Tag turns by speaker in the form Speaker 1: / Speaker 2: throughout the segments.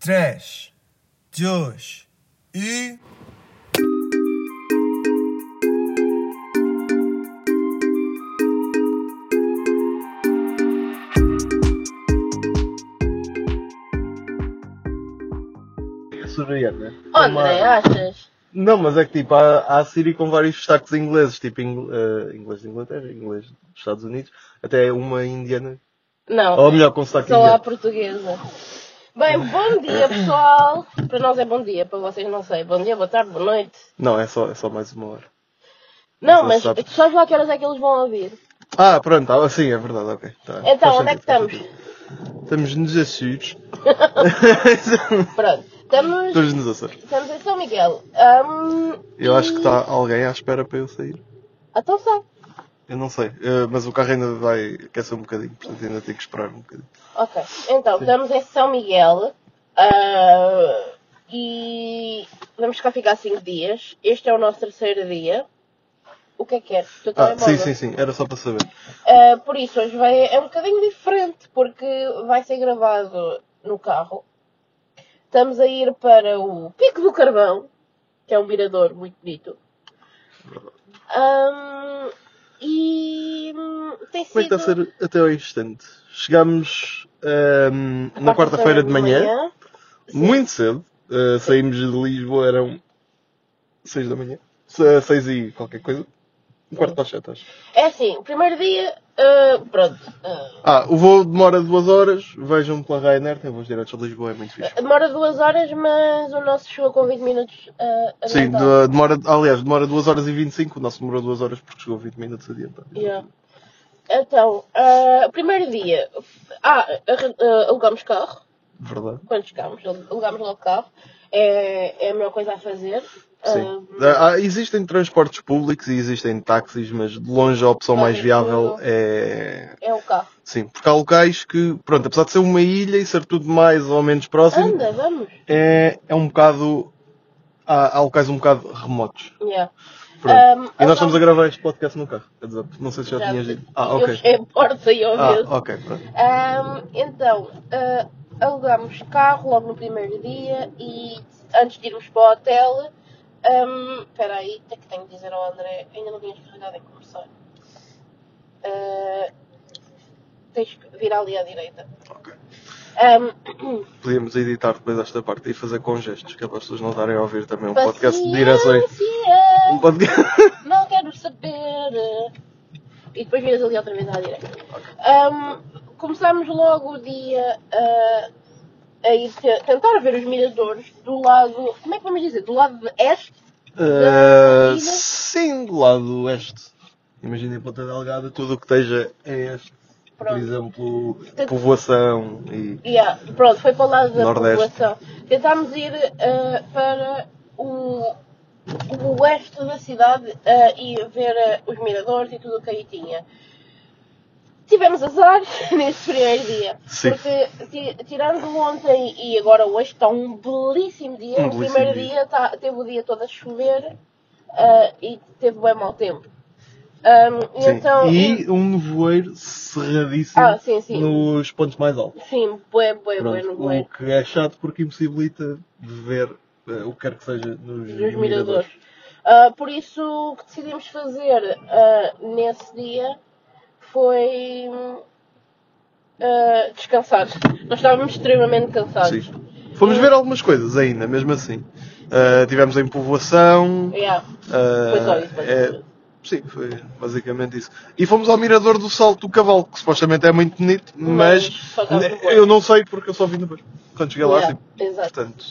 Speaker 1: 3, 2, e.
Speaker 2: Surreal, né?
Speaker 3: André, achas?
Speaker 2: Não, mas é que tipo, há, há Siri com vários destaques ingleses, tipo ing- eh, inglês de Inglaterra, inglês dos Estados Unidos, até uma indiana.
Speaker 3: Não.
Speaker 2: Ou melhor, é? com sotaque
Speaker 3: Só à
Speaker 2: indiano.
Speaker 3: portuguesa. Bem, bom dia pessoal. Para nós é bom dia, para vocês não sei. Bom dia, boa tarde, boa noite.
Speaker 2: Não, é só, é só mais uma hora.
Speaker 3: Não,
Speaker 2: Não
Speaker 3: mas
Speaker 2: sabe.
Speaker 3: tu sabes lá que horas é que eles vão ouvir.
Speaker 2: Ah, pronto, ah, sim, é verdade, ok. tá. Faz
Speaker 3: Então, onde é
Speaker 2: sentido,
Speaker 3: que
Speaker 2: faz
Speaker 3: estamos?
Speaker 2: sentido. Estamos nos Açores.
Speaker 3: Pronto, estamos,
Speaker 2: estamos nos Açores.
Speaker 3: estamos em São Miguel. Ahm,
Speaker 2: Eu acho
Speaker 3: e-
Speaker 2: que tá. está alguém à espera para eu sair.
Speaker 3: Então sai.
Speaker 2: Eu não sei, eh, mas o carro ainda vai aquecer um bocadinho, portanto ainda tenho que esperar um bocadinho.
Speaker 3: Ok, então estamos em São Miguel. ah, e vamos cá ficar cinco dias. Este é o nosso terceiro dia. O que é que é? Tu
Speaker 2: Ah, sim,
Speaker 3: telemóvel?
Speaker 2: sim, sim, era só para saber.
Speaker 3: Uh, por isso, hoje vai, é um bocadinho diferente, porque vai ser gravado no carro. Estamos a ir para o Pico do Carvão, que é um mirador muito bonito. Ahm, e hum, tem
Speaker 2: Como é que está
Speaker 3: sido
Speaker 2: a ser até ao instante? Chegámos ehm, na quarta-feira de manhã, muito cedo. eh, saímos de Lisboa, eram 6 da manhã. 6 e qualquer coisa. Um quarto para as 7, acho.
Speaker 3: É assim, o primeiro dia, ah, pronto, ah,
Speaker 2: Ah, o voo demora 2 horas. Vejam pela Ryanair, tem voos diretos de Lisboa, é muito fixe.
Speaker 3: demora duas horas, mas o nosso chegou com 20 minutos ah, a
Speaker 2: Sim,
Speaker 3: adeantado.
Speaker 2: de- demora, aliás, demora 2 horas e 25. O nosso demorou 2 horas porque chegou 20 minutos adiantado.
Speaker 3: Yeah. Então, ah, primeiro dia, ah, arran- ah, alugamos carro.
Speaker 2: Verdade?
Speaker 3: quando chegámos, alugámos logo o carro, é, é a melhor coisa a fazer.
Speaker 2: Sim.
Speaker 3: Ah,
Speaker 2: Ah, existem transportes públicos e existem táxis, mas de longe a opção mais
Speaker 3: Olha,
Speaker 2: viável
Speaker 3: eu-
Speaker 2: é,
Speaker 3: é o carro.
Speaker 2: Sim, porque há locais que, pronto, apesar de ser uma ilha e ser tudo mais ou menos próximo,
Speaker 3: Anda, vamos.
Speaker 2: é, é um bocado. Há, há locais um bocado remotos.
Speaker 3: Yeah.
Speaker 2: Pronto.
Speaker 3: Um,
Speaker 2: e
Speaker 3: então-
Speaker 2: nós estamos a gravar este podcast no carro. Quer dizer, Não sei se já, tinhas dito. Ah,
Speaker 3: Eu
Speaker 2: ok.
Speaker 3: fechei a porta e
Speaker 2: Ah,
Speaker 3: ouvi
Speaker 2: ok, pronto.
Speaker 3: Então, ah, alugámos carro logo no primeiro dia e antes de irmos para o hotel. ahm, Espera aí, o que é que tenho de dizer ao André? Ainda não tinhas carregado em começar. Ah, tens que vir ali à direita.
Speaker 2: Ok.
Speaker 3: Ahm,
Speaker 2: Podíamos editar depois esta parte e fazer com gestos, que é para as pessoas não estarem a ouvir também um
Speaker 3: Paciência,
Speaker 2: podcast de direções. Um podcast.
Speaker 3: Não quero saber. E depois viras ali outra vez à direita. Ahm, começámos logo o dia ah, a ir te- tentar ver os miradores do lado. Como é que vamos dizer? Do lado de este?
Speaker 2: Ah,
Speaker 3: ilha?
Speaker 2: sim, do lado oeste. Imaginem Ponta Delgada, tudo o que esteja é este. Por
Speaker 3: Pronto.
Speaker 2: exemplo, povoação e.
Speaker 3: Yeah, pronto, foi para o lado da
Speaker 2: Nordeste.
Speaker 3: população. Tentámos ir ah, para o, o oeste da cidade ah, e ver ah, os miradores e tudo o que aí tinha. Tivemos azar nesse primeiro dia.
Speaker 2: Sim.
Speaker 3: Porque ti- tirando ontem e agora hoje está um belíssimo dia.
Speaker 2: Um
Speaker 3: o
Speaker 2: belíssimo
Speaker 3: primeiro
Speaker 2: dia.
Speaker 3: dia, tá- teve o dia todo a chover ah, e teve bem mau tempo. Um, e
Speaker 2: Sim.
Speaker 3: então,
Speaker 2: e um nevoeiro serradíssimo
Speaker 3: Ah, sim, sim.
Speaker 2: nos pontos mais altos.
Speaker 3: Sim, bué, bué, bué,
Speaker 2: Pronto,
Speaker 3: no bué.
Speaker 2: o que é chato porque impossibilita de ver eh, o que quer que seja nos
Speaker 3: dos
Speaker 2: miradores.
Speaker 3: miradores. Ah, por isso, o que decidimos fazer ah, nesse dia foi ah, descansar. Nós estávamos extremamente cansados.
Speaker 2: Sim. Fomos ver algumas coisas ainda, mesmo assim. Ah, tivemos em povoação.
Speaker 3: Yeah.
Speaker 2: ah,
Speaker 3: Foi só isso, foi só
Speaker 2: é-
Speaker 3: isso.
Speaker 2: Sim, foi basicamente isso. E fomos ao Mirador do Salto do Cavalo, que supostamente é muito bonito,
Speaker 3: Mas
Speaker 2: mas,
Speaker 3: só estava no bué.
Speaker 2: eu não sei porque eu só vi depois. Quando cheguei lá,
Speaker 3: Yeah,
Speaker 2: tipo,
Speaker 3: Exato.
Speaker 2: Portanto,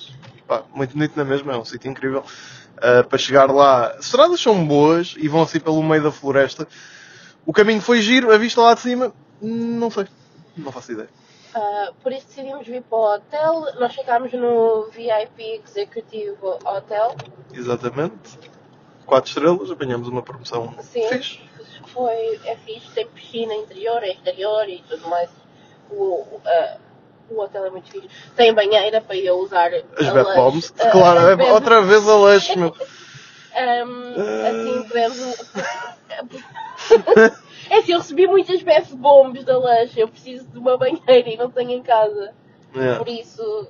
Speaker 2: pá, muito bonito na mesma, é um sítio incrível. Ah, para chegar lá, as estradas são boas e vão assim pelo meio da floresta. O caminho foi giro, a vista lá de cima, não sei, não faço ideia.
Speaker 3: Ah, por isso decidimos vir para o hotel. Nós ficámos no VIP Executivo Hotel.
Speaker 2: Exatamente. 4 estrelas, apanhamos uma promoção
Speaker 3: Sim.
Speaker 2: fixe.
Speaker 3: Foi, é fixe, tem piscina interior, exterior e tudo mais. O, o- a- o hotel é muito fixe. Tem banheira para eu usar.
Speaker 2: As
Speaker 3: a
Speaker 2: Bad
Speaker 3: lanche.
Speaker 2: Bombs,
Speaker 3: Ah,
Speaker 2: claro, é
Speaker 3: as bed-
Speaker 2: outra vez a lanche, meu.
Speaker 3: Ahm,
Speaker 2: Ah.
Speaker 3: assim podemos. é assim, eu recebi muitas BF bombs da lanche. Eu preciso de uma banheira e não tenho em casa.
Speaker 2: É.
Speaker 3: Por isso,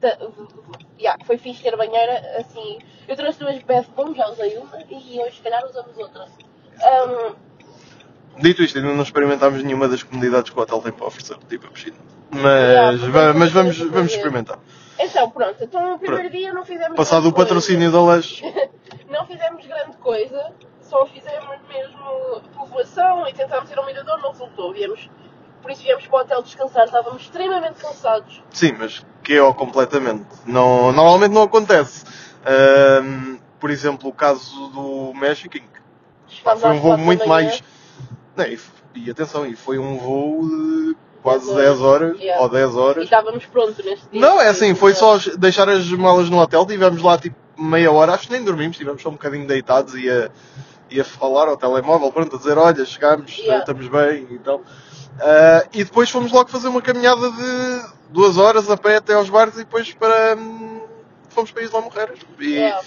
Speaker 3: ta- yeah, foi fixe ter banheira, assim. Eu trouxe duas bath bombs, já usei uma e hoje, se calhar, usamos outra. Ahm,
Speaker 2: Dito isto, ainda não experimentámos nenhuma das comodidades que o hotel tem para oferecer, tipo a piscina. Mas,
Speaker 3: Yeah, porque
Speaker 2: va-
Speaker 3: eu
Speaker 2: mas
Speaker 3: vou
Speaker 2: vamos,
Speaker 3: fazer.
Speaker 2: vamos experimentar.
Speaker 3: então, pronto. Então, o primeiro
Speaker 2: Pronto.
Speaker 3: dia não fizemos.
Speaker 2: Passado o
Speaker 3: grande coisa.
Speaker 2: patrocínio da Lush,
Speaker 3: Não fizemos grande coisa, só fizemos mesmo povoação e tentámos ir ao mirador, não resultou. Viemos, por isso viemos para o hotel descansar, estávamos extremamente cansados.
Speaker 2: sim, mas que é completamente. Não, normalmente não acontece. Ahm, por exemplo, o caso do México, em que pá,
Speaker 3: Chegámos
Speaker 2: foi um
Speaker 3: às
Speaker 2: voo
Speaker 3: quatro da
Speaker 2: muito
Speaker 3: manhã.
Speaker 2: mais. Não, e, f- e atenção, e foi um voo de quase
Speaker 3: Dez
Speaker 2: 10 horas,
Speaker 3: Yeah.
Speaker 2: ou 10
Speaker 3: E
Speaker 2: horas.
Speaker 3: estávamos pronto neste dia.
Speaker 2: Não, é assim, foi só as- deixar as malas no hotel, tivemos lá tipo meia hora, acho que nem dormimos, estivemos só um bocadinho deitados e a, e a falar ao telemóvel, pronto, a dizer, olha, chegámos,
Speaker 3: Yeah.
Speaker 2: eh, estamos bem e tal. Ah, e depois fomos logo fazer uma caminhada de duas horas a pé até aos bares e depois para. hum, fomos para Isla Morreiras. E,
Speaker 3: Yeah.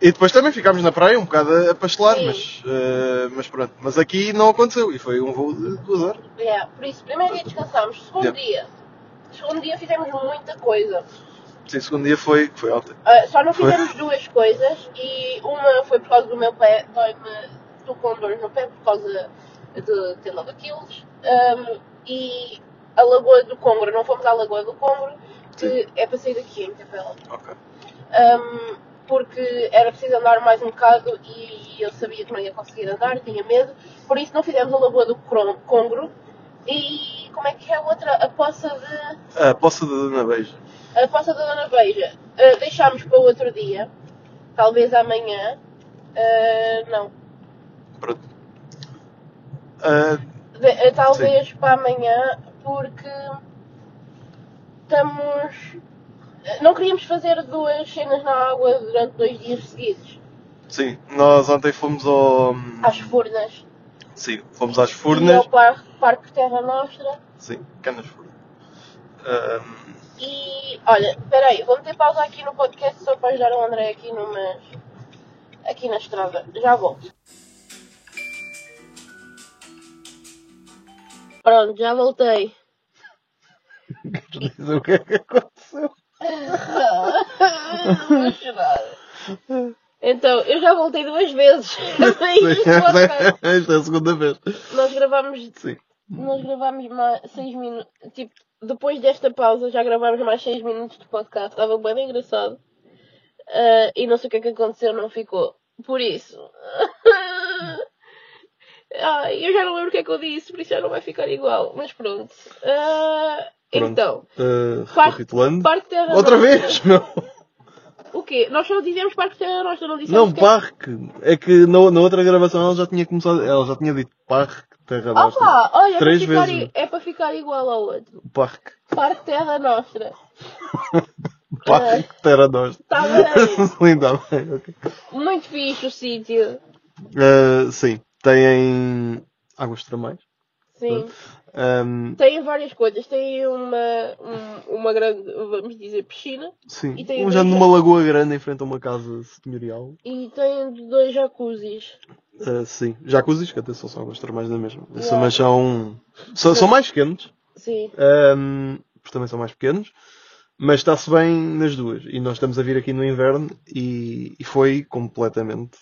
Speaker 2: e depois também ficámos na praia um bocado a pastelar,
Speaker 3: Sim.
Speaker 2: mas, ah, mas pronto. Mas aqui não aconteceu e foi um voo de duas horas.
Speaker 3: É, por isso, primeiro dia descansámos, segundo
Speaker 2: Yeah.
Speaker 3: dia. Segundo dia fizemos muita coisa.
Speaker 2: Sim, o segundo dia foi, foi ontem.
Speaker 3: Ah, só não
Speaker 2: Foi.
Speaker 3: fizemos duas coisas e uma foi por causa do meu pé, dói-me, estou com dor no pé por causa de ter 9 quilos. Ahm, e a Lagoa do Congro, não fomos à Lagoa do Congro, que é para sair daqui em Capela.
Speaker 2: Ok.
Speaker 3: Ahm, porque era preciso andar mais um bocado e eu sabia que não ia conseguir andar, tinha medo, por isso não fizemos a Lagoa do Cron- Congro. E como é que é a outra? A Poça de.
Speaker 2: A poça da Dona Beija.
Speaker 3: A Poça da Dona Beija. Ah, deixámos para outro dia, talvez amanhã. Ah, não.
Speaker 2: Pronto. Ah,
Speaker 3: De- ah, talvez para amanhã, porque estamos. ah, Não queríamos fazer duas cenas na água durante dois dias seguidos.
Speaker 2: sim, nós ontem fomos ao.
Speaker 3: Às furnas.
Speaker 2: Sim, fomos às
Speaker 3: E
Speaker 2: Furnas.
Speaker 3: ao par- Parque Terra Nostra.
Speaker 2: Sim, canas Furnas. Ahm,
Speaker 3: E olha, peraí, vou meter pausa aqui no podcast só para ajudar o André aqui numas. aqui na estrada. Já volto. Pronto, já voltei.
Speaker 2: Queres dizer o que é que aconteceu?
Speaker 3: Vou chorar. Então, eu já voltei duas vezes.
Speaker 2: Sim, esta, é, esta é a segunda vez.
Speaker 3: Nós gravámos
Speaker 2: Sim.
Speaker 3: Nós gravámos mais 6 minutos. Tipo, depois desta pausa já gravámos mais 6 minutos de podcast. Estava bem engraçado. Ah, e não sei o que é que aconteceu, não ficou. Por isso. Ah, eu já não lembro o que é que eu disse, por isso já não vai ficar igual. Mas pronto. Ah,
Speaker 2: Pronto.
Speaker 3: então,
Speaker 2: Ah,
Speaker 3: Par-
Speaker 2: recapitulando.
Speaker 3: Parque Terra
Speaker 2: Outra
Speaker 3: Nostra.
Speaker 2: vez, meu!
Speaker 3: O quê? Nós só dizemos Parque Terra Nostra, não dissemos.
Speaker 2: Não,
Speaker 3: que-
Speaker 2: parque! É que na, na outra gravação ela já tinha começado. Ela já tinha dito parque, terra
Speaker 3: Ah
Speaker 2: nostra.
Speaker 3: pá, olha, é para
Speaker 2: Três
Speaker 3: ficar
Speaker 2: vezes.
Speaker 3: i- é para ficar igual ao outro.
Speaker 2: Parque.
Speaker 3: Parque Terra Nostra.
Speaker 2: Parque, terra nostra.
Speaker 3: Tá bem.
Speaker 2: Linda, bem, ok.
Speaker 3: Muito fixe o sítio.
Speaker 2: Ah, sim, têm águas termais.
Speaker 3: Sim.
Speaker 2: Ahm,
Speaker 3: Tem várias coisas. Tem uma, um- uma grande, vamos dizer, piscina.
Speaker 2: sim,
Speaker 3: E tem
Speaker 2: um já
Speaker 3: dois-
Speaker 2: numa lagoa grande em frente a uma casa senhorial.
Speaker 3: E tem dois jacuzzis.
Speaker 2: Ah, sim, jacuzzis, que até são só águas termais da mesma. Isso,
Speaker 3: Yeah.
Speaker 2: Mas são, um. são, são mais quentes,
Speaker 3: Sim.
Speaker 2: ahm, porque também são mais pequenos. Mas está-se bem nas duas. E nós estamos a vir aqui no inverno e, e foi completamente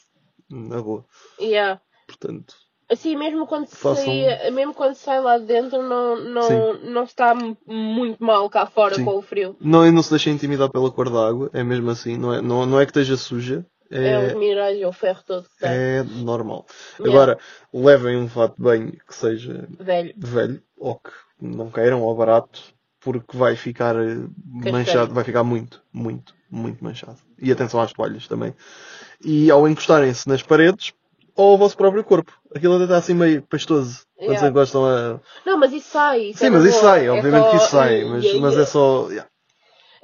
Speaker 2: na boa.
Speaker 3: Yeah.
Speaker 2: Portanto,
Speaker 3: Assim, mesmo quando, se
Speaker 2: Façam-
Speaker 3: saía, mesmo quando se sai lá de dentro, não, não,
Speaker 2: um- Sim.
Speaker 3: não se está mu- muito mal cá fora
Speaker 2: Sim.
Speaker 3: com o frio.
Speaker 2: não, não se deixem intimidar pela cor da água, é mesmo assim. Não é, não, não é que esteja suja.
Speaker 3: É,
Speaker 2: é-
Speaker 3: os minerais e o ferro todo que tá tem.
Speaker 2: É normal.
Speaker 3: Yeah.
Speaker 2: Agora, levem um fato de banho que seja
Speaker 3: Velho.
Speaker 2: velho ou que não queiram ou barato, porque vai ficar eh, manchado, vai ficar muito, muito, muito manchado. E atenção às toalhas também. E ao encostarem-se nas paredes ou ao vosso próprio corpo. Aquilo até está assim meio pastoso. Quando
Speaker 3: Yeah.
Speaker 2: se encostam a.
Speaker 3: Não, mas isso sai. isso
Speaker 2: Sim,
Speaker 3: é
Speaker 2: mas
Speaker 3: na
Speaker 2: isso
Speaker 3: boa.
Speaker 2: sai,
Speaker 3: É
Speaker 2: obviamente
Speaker 3: só-
Speaker 2: que isso sai,
Speaker 3: Yeah,
Speaker 2: mas,
Speaker 3: yeah,
Speaker 2: mas é
Speaker 3: yeah.
Speaker 2: só. yeah.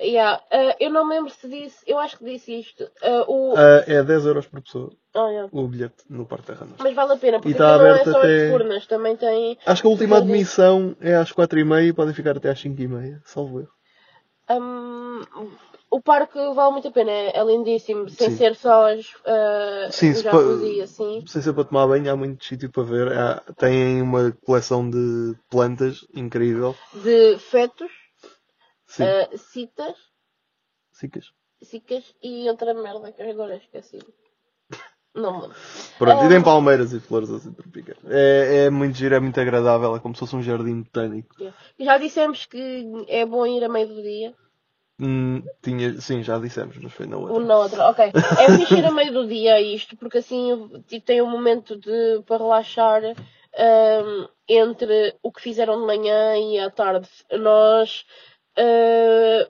Speaker 3: Yeah. Ah, eu não me lembro se disse, eu acho que disse isto. Ah, o...
Speaker 2: Ah, é 10 euros por pessoa
Speaker 3: Oh, yeah.
Speaker 2: o bilhete no Parque Terra Nostra.
Speaker 3: Mas vale a pena, porque
Speaker 2: E tá
Speaker 3: aquilo não é
Speaker 2: aberto
Speaker 3: só
Speaker 2: até-
Speaker 3: as furnas, também tem.
Speaker 2: Acho que a última
Speaker 3: Mas-
Speaker 2: admissão é às 4h30 e podem ficar até às 5h30, salvo erro.
Speaker 3: Hum, o parque vale muito a pena, é, é lindíssimo, sem
Speaker 2: Sim.
Speaker 3: ser só as, ah,
Speaker 2: Sim,
Speaker 3: o
Speaker 2: se
Speaker 3: jacuzzi
Speaker 2: pa-
Speaker 3: assim.
Speaker 2: Sem ser é para tomar banho, há muito sítio para ver. Há, têm uma coleção de plantas incrível.
Speaker 3: De fetos,
Speaker 2: Sim.
Speaker 3: Eh, ah, citas
Speaker 2: Sicas.
Speaker 3: Sicas e outra merda que agora esqueci. Não, mano.
Speaker 2: Pronto,
Speaker 3: Ah.
Speaker 2: e tem palmeiras e flores assim tropicais. É, é muito giro, é muito agradável, é como se fosse um jardim botânico.
Speaker 3: Já dissemos que é bom ir a meio do dia.
Speaker 2: Hum, tinha, sim, já dissemos, mas foi na outra.
Speaker 3: Ou na outra, ok. É fixe ir a meio do dia isto, porque assim tipo, tem um momento de, para relaxar ahm, entre o que fizeram de manhã e à tarde. Nós. ah,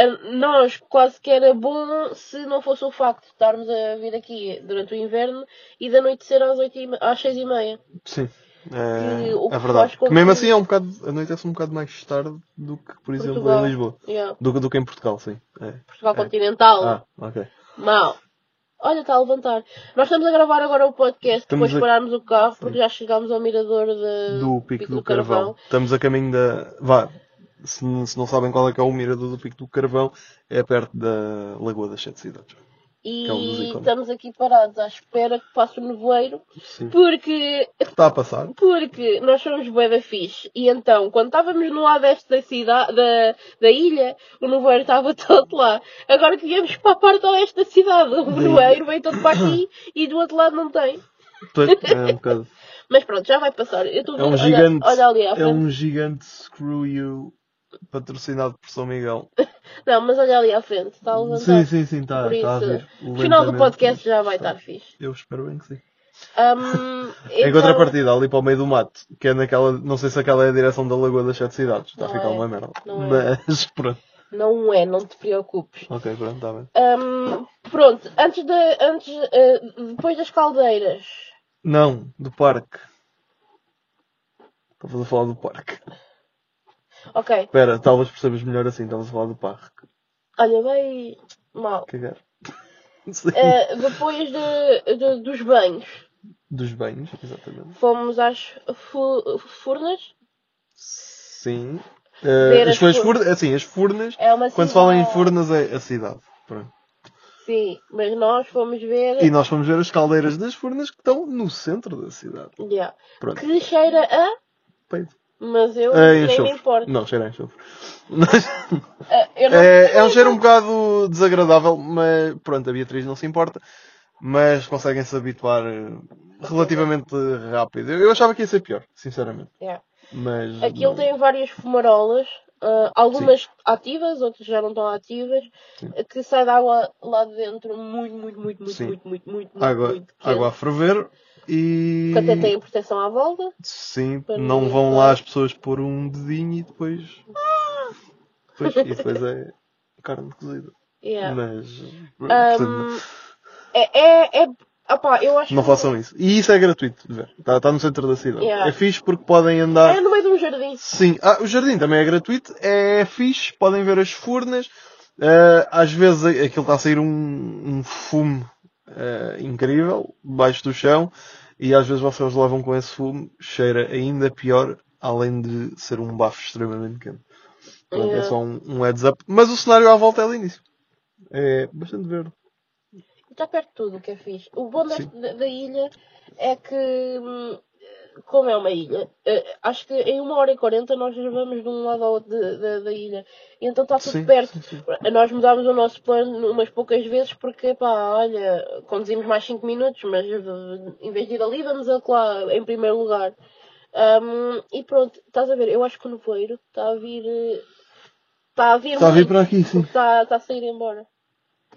Speaker 3: a- nós quase que era bom se não fosse o facto de estarmos a vir aqui durante o inverno e de anoitecer às, oito e me- às seis e meia.
Speaker 2: Sim.
Speaker 3: Que o
Speaker 2: É,
Speaker 3: que
Speaker 2: é
Speaker 3: faz
Speaker 2: verdade.
Speaker 3: com
Speaker 2: Que mesmo
Speaker 3: que-
Speaker 2: assim é um bocado. Anoitece um bocado mais tarde do que, por exemplo,
Speaker 3: Portugal.
Speaker 2: em Lisboa.
Speaker 3: Yeah.
Speaker 2: Do, que- do que em Portugal, sim. É.
Speaker 3: Portugal
Speaker 2: É.
Speaker 3: continental.
Speaker 2: Ah, ok.
Speaker 3: Mal. Olha, está a levantar. Nós estamos a gravar agora o podcast
Speaker 2: Estamos
Speaker 3: depois
Speaker 2: a-
Speaker 3: de pararmos o carro porque já chegámos ao mirador de...
Speaker 2: Do Pico do, Carvão. Estamos a caminho da. Vá. Se, n- se não sabem qual é que é o mirador do Pico do Carvão, é perto da Lagoa das Sete Cidades. Que é um dos
Speaker 3: E
Speaker 2: ícones.
Speaker 3: estamos aqui parados à espera que passe o nevoeiro
Speaker 2: Sim.
Speaker 3: porque,
Speaker 2: Está a passar.
Speaker 3: porque nós somos bué da fixe. E então, quando estávamos no lado oeste da, cidade, da, da ilha, o nevoeiro estava todo lá. Agora que viemos para a parte oeste da cidade, o nevoeiro vem todo para aqui e do outro lado não tem.
Speaker 2: Pois, É um bocado.
Speaker 3: Mas pronto, já vai passar. Eu estou
Speaker 2: É
Speaker 3: a ver-
Speaker 2: um
Speaker 3: olha-
Speaker 2: gigante.
Speaker 3: Olha, ali à
Speaker 2: é
Speaker 3: frente.
Speaker 2: um gigante screw you patrocinado por São Miguel.
Speaker 3: Não, mas olha ali à frente, está a levantar.
Speaker 2: Sim, sim, sim, está
Speaker 3: Por
Speaker 2: está a
Speaker 3: isso,
Speaker 2: ver.
Speaker 3: no final do
Speaker 2: Lentamente,
Speaker 3: podcast já
Speaker 2: mas
Speaker 3: vai
Speaker 2: está.
Speaker 3: estar fixe.
Speaker 2: Eu espero bem que sim.
Speaker 3: Um,
Speaker 2: Em contrapartida, ali para o meio do mato, que é naquela. Não sei se aquela é a direção da Lagoa das Sete Cidades, está a
Speaker 3: Não
Speaker 2: ficar
Speaker 3: é.
Speaker 2: uma merda.
Speaker 3: Não é.
Speaker 2: Mas pronto.
Speaker 3: Não é, não te preocupes.
Speaker 2: Ok, pronto, está bem.
Speaker 3: Um, pronto, antes de, antes, eh, depois das caldeiras.
Speaker 2: Não, do parque. Estavas a falar do parque.
Speaker 3: Ok,
Speaker 2: Espera, talvez percebas melhor assim, estavas a falar do parque.
Speaker 3: olha bem mal.
Speaker 2: Cagar. Sim.
Speaker 3: Eh, depois de, de- dos banhos,
Speaker 2: Dos banhos, exatamente.
Speaker 3: fomos às fu- furnas.
Speaker 2: Sim. Eh,
Speaker 3: Ver as
Speaker 2: as, as,
Speaker 3: fur-
Speaker 2: furnas, assim, as furnas.
Speaker 3: É uma
Speaker 2: Quando se fala em
Speaker 3: cidade.
Speaker 2: furnas é a cidade. Pronto.
Speaker 3: Sim, mas nós fomos ver.
Speaker 2: E nós fomos ver as caldeiras das furnas que estão no centro da cidade.
Speaker 3: Yeah.
Speaker 2: Pronto.
Speaker 3: Que cheira a.
Speaker 2: Peido.
Speaker 3: Mas eu
Speaker 2: É
Speaker 3: nem me
Speaker 2: enxofre.
Speaker 3: importo.
Speaker 2: Não, cheira a enxofre. Mas-
Speaker 3: Eh, eu não-
Speaker 2: é, é um cheiro um bocado desagradável, mas pronto, a Beatriz não se importa. Mas conseguem se habituar eh, relativamente rápido. Eu eu achava que ia ser pior, sinceramente.
Speaker 3: Yeah.
Speaker 2: Mas.
Speaker 3: É. Aquilo
Speaker 2: não.
Speaker 3: tem várias fumarolas, ah, algumas ativas, outras já não estão ativas,
Speaker 2: Sim.
Speaker 3: que sai de água lá de dentro muito, muito, muito, muito,
Speaker 2: Sim.
Speaker 3: muito, muito, muito, muito,
Speaker 2: Água,
Speaker 3: muito quente.
Speaker 2: água a ferver e.
Speaker 3: Que até tem proteção à volta.
Speaker 2: Sim,
Speaker 3: Para
Speaker 2: não
Speaker 3: não
Speaker 2: vão
Speaker 3: ir
Speaker 2: lá
Speaker 3: lá.
Speaker 2: as pessoas pôr um dedinho e depois. Pois, e depois é carne cozida.
Speaker 3: Yeah.
Speaker 2: Mas. eh,
Speaker 3: Ahm,
Speaker 2: portanto, não-
Speaker 3: é, é, é, opá, eu acho
Speaker 2: não façam isso. E isso é gratuito de ver. Está no centro da cidade.
Speaker 3: Yeah.
Speaker 2: É fixe porque podem andar.
Speaker 3: É no meio de um jardim.
Speaker 2: Sim, ah, o jardim também é gratuito, é fixe, podem ver as furnas. ah, às vezes a- aquilo está a sair um, um fumo ah, incrível debaixo do chão e às vezes vocês levam com esse fumo, cheira ainda pior, além de ser um bafo extremamente quente. Portanto, é
Speaker 3: Yeah.
Speaker 2: só um, um heads up. Mas o cenário à volta é lindíssimo. É bastante verde.
Speaker 3: Está perto de tudo o que é fixe. O bom deste-
Speaker 2: Sim.
Speaker 3: da, da ilha é que, hum, como é uma ilha, eh, acho que em uma hora e 40 nós vamos de um lado ao outro de- de- da ilha. E então está tudo
Speaker 2: Sim,
Speaker 3: perto. Eh,
Speaker 2: sim, sim.
Speaker 3: Nós mudámos o nosso plano umas poucas vezes porque, pá, olha, conduzimos mais 5 minutos, mas eh, em vez de ir ali, vamos a lá em primeiro lugar. Hum, e pronto, estás a ver, eu acho que o nevoeiro está a vir. eh, Está a vir
Speaker 2: Está Tá a vir
Speaker 3: muito,
Speaker 2: para aqui, sim.
Speaker 3: porque Está está Tá, a sair embora.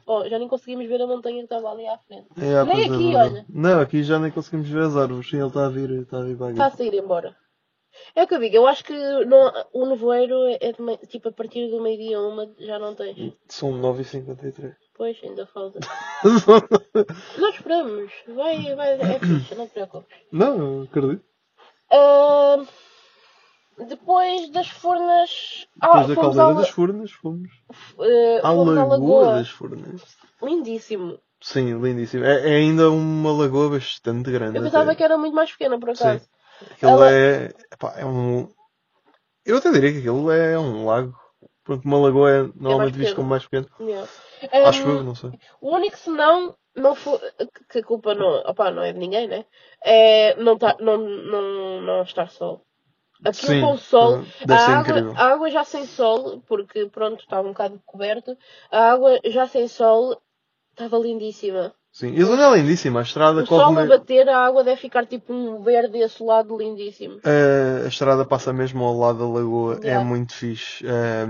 Speaker 3: Oh, já nem conseguimos ver a montanha que estava ali à frente.
Speaker 2: É, ah,
Speaker 3: Nem
Speaker 2: pois é
Speaker 3: aqui,
Speaker 2: verdade.
Speaker 3: olha.
Speaker 2: Não, aqui já nem conseguimos ver as árvores. Sim, ele está a vir, está a vir para aqui.
Speaker 3: Está Tá a sair embora. É o que eu digo, eu acho que não, o nevoeiro é, de me- tipo a partir do meio-dia a uma já não tens.
Speaker 2: São 9h53.
Speaker 3: Pois, ainda falta. Nós esperamos. Vai, vai, é fixe, não te preocupes.
Speaker 2: Não, eu acredito.
Speaker 3: Ahm, depois das fornas. Ah,
Speaker 2: Depois da
Speaker 3: fomos,
Speaker 2: caldeira
Speaker 3: à,
Speaker 2: das
Speaker 3: la-
Speaker 2: furnas, fomos
Speaker 3: eh,
Speaker 2: à
Speaker 3: fomos à
Speaker 2: um Lagoa
Speaker 3: lagoa.
Speaker 2: das Furnas.
Speaker 3: Lindíssimo.
Speaker 2: Sim, lindíssimo. É, é ainda uma lagoa bastante grande.
Speaker 3: Eu pensava
Speaker 2: até.
Speaker 3: que era muito mais pequena, por acaso.
Speaker 2: Sim. Aquilo
Speaker 3: Ela-
Speaker 2: é. Epá, é um. Eu até diria que aquilo é um lago. Porque uma lagoa é normalmente vista
Speaker 3: pequeno. É
Speaker 2: como mais pequena.
Speaker 3: Yeah.
Speaker 2: Acho
Speaker 3: Ahm,
Speaker 2: eu, não sei.
Speaker 3: O único senão não foi que- que a culpa não, opa, não é de ninguém, né? É não tá, não, não, não estar sol. Aquilo
Speaker 2: Sim,
Speaker 3: com o sol.
Speaker 2: deve
Speaker 3: a,
Speaker 2: ser
Speaker 3: água,
Speaker 2: incrível.
Speaker 3: a água já sem sol, porque pronto, estava um bocado coberto. A água já sem sol estava lindíssima.
Speaker 2: Sim, e a zona é lindíssima, a estrada
Speaker 3: O sol a
Speaker 2: corre.
Speaker 3: bater, a água deve ficar tipo um verde assolado lindíssimo.
Speaker 2: Eh, a estrada passa mesmo ao lado da lagoa, é
Speaker 3: Yeah.
Speaker 2: muito fixe. Eh,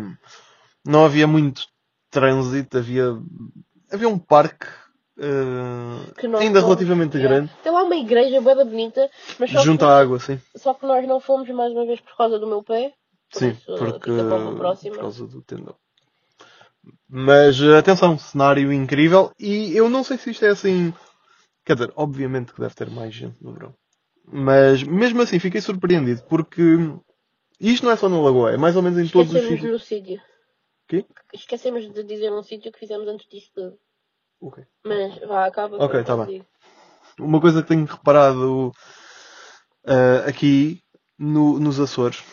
Speaker 2: não havia muito trânsito, havia, havia um parque eh,
Speaker 3: Que nós
Speaker 2: ainda
Speaker 3: fomos,
Speaker 2: relativamente
Speaker 3: yeah.
Speaker 2: grande,
Speaker 3: Tem lá uma igreja bem bonita, mas só,
Speaker 2: junto à água, sim.
Speaker 3: que, só que nós não fomos mais uma vez por causa do meu pé. Por
Speaker 2: Sim,
Speaker 3: isso,
Speaker 2: porque
Speaker 3: fica para uma próxima.
Speaker 2: por causa do tendão. Mas eh, atenção, cenário incrível e eu não sei se isto é assim. Quer dizer, obviamente que deve ter mais gente no verão. Mas mesmo assim fiquei surpreendido porque isto não é só na Lagoa, é mais ou menos em todos os
Speaker 3: Esquecemos
Speaker 2: sítios.
Speaker 3: no sítio.
Speaker 2: Quê?
Speaker 3: Esquecemos de dizer um sítio que fizemos antes disso tudo.
Speaker 2: Ok.
Speaker 3: Mas vá, acaba.
Speaker 2: Ok,
Speaker 3: depois
Speaker 2: tá
Speaker 3: eu
Speaker 2: bem.
Speaker 3: digo.
Speaker 2: Uma coisa que tenho reparado eh, aqui no- nos Açores,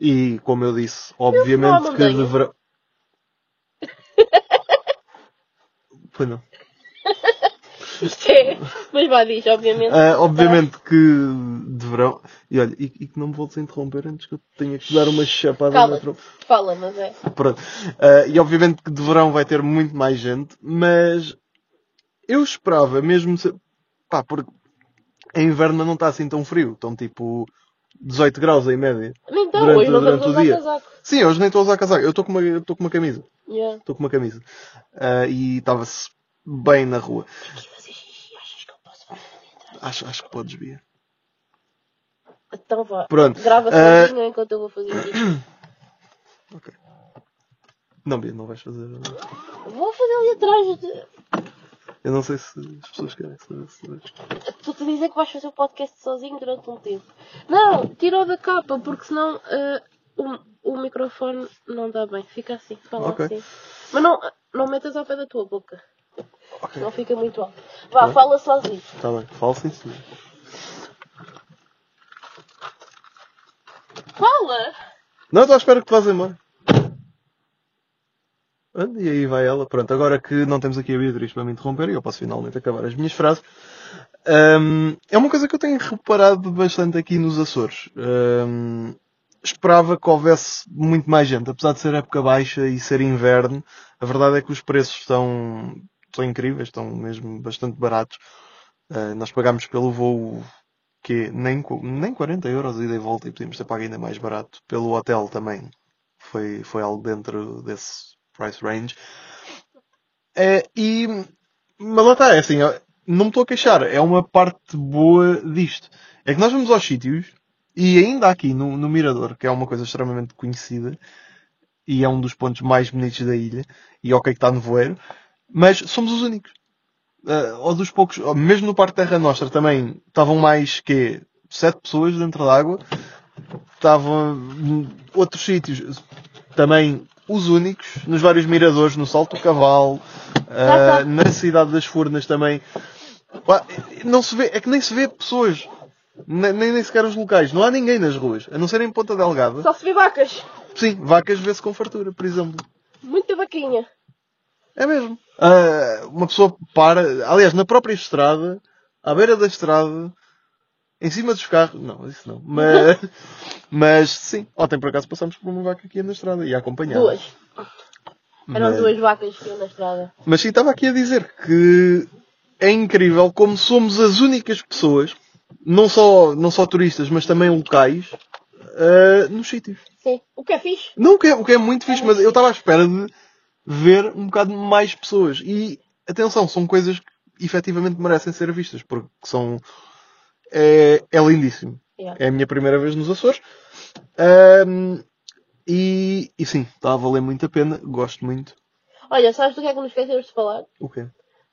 Speaker 2: e como eu disse,
Speaker 3: há
Speaker 2: obviamente que de
Speaker 3: montanha.
Speaker 2: verão. Pois não.
Speaker 3: Isto é. Mas vá, diz, obviamente.
Speaker 2: Ah, obviamente que de verão. E olha, e, e que não me voltes a interromper antes que eu tenha que dar uma chapada na
Speaker 3: Cala-te.
Speaker 2: tromba.
Speaker 3: Fala, mas é.
Speaker 2: Pronto. Ah, e obviamente que de verão vai ter muito mais gente, mas eu esperava mesmo. Se... Pá, porque em inverno não está assim tão frio. Estão tipo 18 graus em média.
Speaker 3: Então,
Speaker 2: Durante-
Speaker 3: hoje não
Speaker 2: durante
Speaker 3: estamos
Speaker 2: o
Speaker 3: a
Speaker 2: dia.
Speaker 3: usar casaco.
Speaker 2: Sim, hoje nem estou a usar casaco. Eu estou com uma, eu estou com uma camisa.
Speaker 3: Yeah.
Speaker 2: Estou com uma camisa. Ah, e estava-se bem na rua.
Speaker 3: Aqui fazer xixi, achas que eu posso fazer?
Speaker 2: Acho, acho que podes vir.
Speaker 3: Então vá.
Speaker 2: Pronto.
Speaker 3: Grava
Speaker 2: Ah,
Speaker 3: sozinho é, enquanto eu vou fazer xixi.
Speaker 2: Não, Bia, não vais fazer.
Speaker 3: Vou fazer ali atrás. De...
Speaker 2: Eu não sei se as pessoas querem saber se
Speaker 3: Tu te dizer que vais fazer o podcast sozinho durante um tempo. Não, tirou da capa, porque senão ah, o, o microfone não dá bem. Fica assim, fala
Speaker 2: Ok.
Speaker 3: assim. Mas não, não metas ao pé da tua boca.
Speaker 2: Ok.
Speaker 3: Não fica muito alto. Vá, fala sozinho.
Speaker 2: Está bem, falo sim, senhor.
Speaker 3: Fala!
Speaker 2: Não, estou à espera que te vás embora. Ah, E aí vai ela. Pronto, agora que não temos aqui a Beatriz para me interromper, e eu posso finalmente acabar as minhas frases. Ahm, é uma coisa que eu tenho reparado bastante aqui nos Açores. Ahm, esperava que houvesse muito mais gente, apesar de ser época baixa e ser inverno. A verdade é que os preços estão, estão incríveis, estão mesmo bastante baratos. Ah, nós pagámos pelo voo que nem, qu- nem 40 euros ida e volta e podíamos ter pago ainda mais barato. Pelo hotel também foi, foi algo dentro desse price range. É, e, mas lá está, é assim, ó, não me estou a queixar, é uma parte boa disto. É que nós vamos aos sítios e ainda aqui no, no Mirador, que é uma coisa extremamente conhecida e é um dos pontos mais bonitos da ilha, e ok que está no voeiro, mas somos os únicos. Ah, ou dos poucos, ou mesmo no Parque Terra Nostra também estavam mais que sete pessoas dentro da água, estavam hum, outros sítios também os únicos, nos vários miradores, no Salto do Cavalo, ah,
Speaker 3: tá.
Speaker 2: na Cidade das Furnas também. Pá, Não se vê, é que nem se vê pessoas, nem, nem nem sequer os locais, não há ninguém nas ruas, a não ser em Ponta Delgada.
Speaker 3: Só se vê vacas.
Speaker 2: Sim, vacas vê-se com fartura, por exemplo.
Speaker 3: Muita vaquinha.
Speaker 2: É mesmo. Ah, uma pessoa para, aliás, na própria estrada, à beira da estrada, em cima dos carros. Não, isso não. Mas, mas sim. Ontem por acaso passámos por uma vaca aqui na estrada e a acompanhada.
Speaker 3: Duas. Eram
Speaker 2: É. mas,
Speaker 3: duas vacas que iam na estrada.
Speaker 2: Mas sim, estava aqui a dizer que é incrível como somos as únicas pessoas, não só, não só turistas, mas também locais, ah, nos sítios.
Speaker 3: Sim. O que é fixe?
Speaker 2: Não, o que é, o que é muito fixe, mas eu estava à espera de ver um bocado mais pessoas. E atenção, são coisas que efetivamente merecem ser vistas, porque são. É, é lindíssimo.
Speaker 3: Yeah.
Speaker 2: É a minha primeira vez nos Açores. Ahm, e, e sim, está a valer muito a pena. Gosto muito.
Speaker 3: Olha, sabes do que é que nos esquecemos de falar?
Speaker 2: O quê?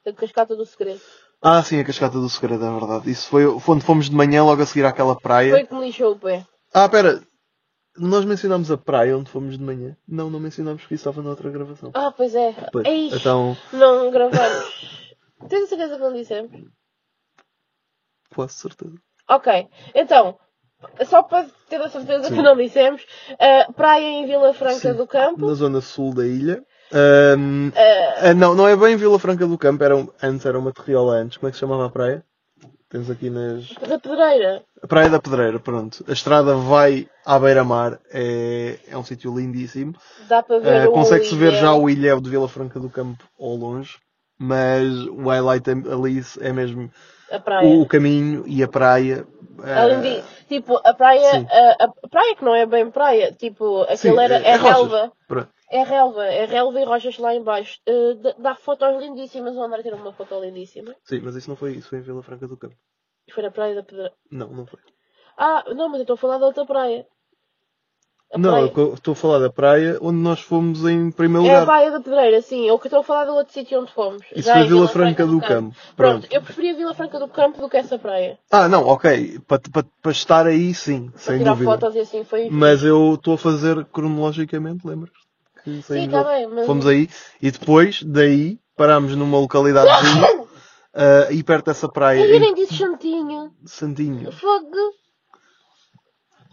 Speaker 3: Da cascata do segredo.
Speaker 2: Ah, sim, a Cascata do Segredo, é verdade. Isso foi, foi onde fomos de manhã, logo a seguir àquela praia.
Speaker 3: Foi que me lixou o pé.
Speaker 2: Ah, pera. Nós mencionámos a praia onde fomos de manhã. Não, não mencionámos porque isso estava na outra gravação.
Speaker 3: Ah, pois é.
Speaker 2: Pois,
Speaker 3: Ei,
Speaker 2: então,
Speaker 3: Não gravamos. Tens a certeza que não dissemos?
Speaker 2: quase certeza.
Speaker 3: Ok. Então, só para ter a certeza
Speaker 2: Sim.
Speaker 3: que não dissemos, ah, praia em Vila Franca
Speaker 2: Sim.
Speaker 3: do Campo.
Speaker 2: na zona sul da ilha. Ahm,
Speaker 3: Ah,
Speaker 2: ah, não, não é bem Vila Franca do Campo, era um- antes era uma terriola antes. Como é que se chamava a praia? Temos aqui nas.
Speaker 3: Da pedreira.
Speaker 2: A Praia da Pedreira, pronto. A estrada vai à beira-mar, é, é um sítio lindíssimo.
Speaker 3: Dá para ver
Speaker 2: Eh,
Speaker 3: o
Speaker 2: Consegue-se ver
Speaker 3: Ilhéu.
Speaker 2: já o ilhéu de Vila Franca do Campo ao longe, mas o highlight am- ali é mesmo
Speaker 3: A praia.
Speaker 2: o caminho e a praia. eh,
Speaker 3: Além de, tipo, a praia,
Speaker 2: sim.
Speaker 3: a, a praia que não é bem praia, tipo,
Speaker 2: sim,
Speaker 3: aquilo era,
Speaker 2: eh,
Speaker 3: é
Speaker 2: rochas.
Speaker 3: relva.
Speaker 2: Pronto.
Speaker 3: É relva, é relva e rochas lá em baixo. Eh, d- dá fotos lindíssimas, o André tirou uma foto lindíssima.
Speaker 2: Sim, mas isso não foi isso, foi em Vila Franca do Campo.
Speaker 3: Foi na praia da Pedra.
Speaker 2: Não, não foi.
Speaker 3: Ah, não, mas eu estou a falar da outra praia. A
Speaker 2: não,
Speaker 3: praia.
Speaker 2: eu co- estou a falar da praia onde nós fomos em primeiro
Speaker 3: É a
Speaker 2: lugar.
Speaker 3: Baía da Pedreira, sim. Eu que estou a falar do outro sítio onde fomos.
Speaker 2: Isso
Speaker 3: Já
Speaker 2: foi
Speaker 3: em
Speaker 2: Vila Franca do Campo.
Speaker 3: Pronto.
Speaker 2: Pronto.
Speaker 3: eu preferia Vila Franca do Campo do que essa praia.
Speaker 2: Ah, não, ok. Para estar aí, sim,
Speaker 3: Para
Speaker 2: sem
Speaker 3: tirar
Speaker 2: dúvida.
Speaker 3: fotos e assim foi.
Speaker 2: Mas eu estou a fazer cronologicamente, lembras? Que saímos
Speaker 3: tá
Speaker 2: lá.
Speaker 3: bem, mas-
Speaker 2: Fomos aí e depois, daí, parámos numa localidade ah, e perto dessa praia,
Speaker 3: Eu
Speaker 2: em
Speaker 3: nem disse Santinho.
Speaker 2: Santinho.
Speaker 3: Fogo.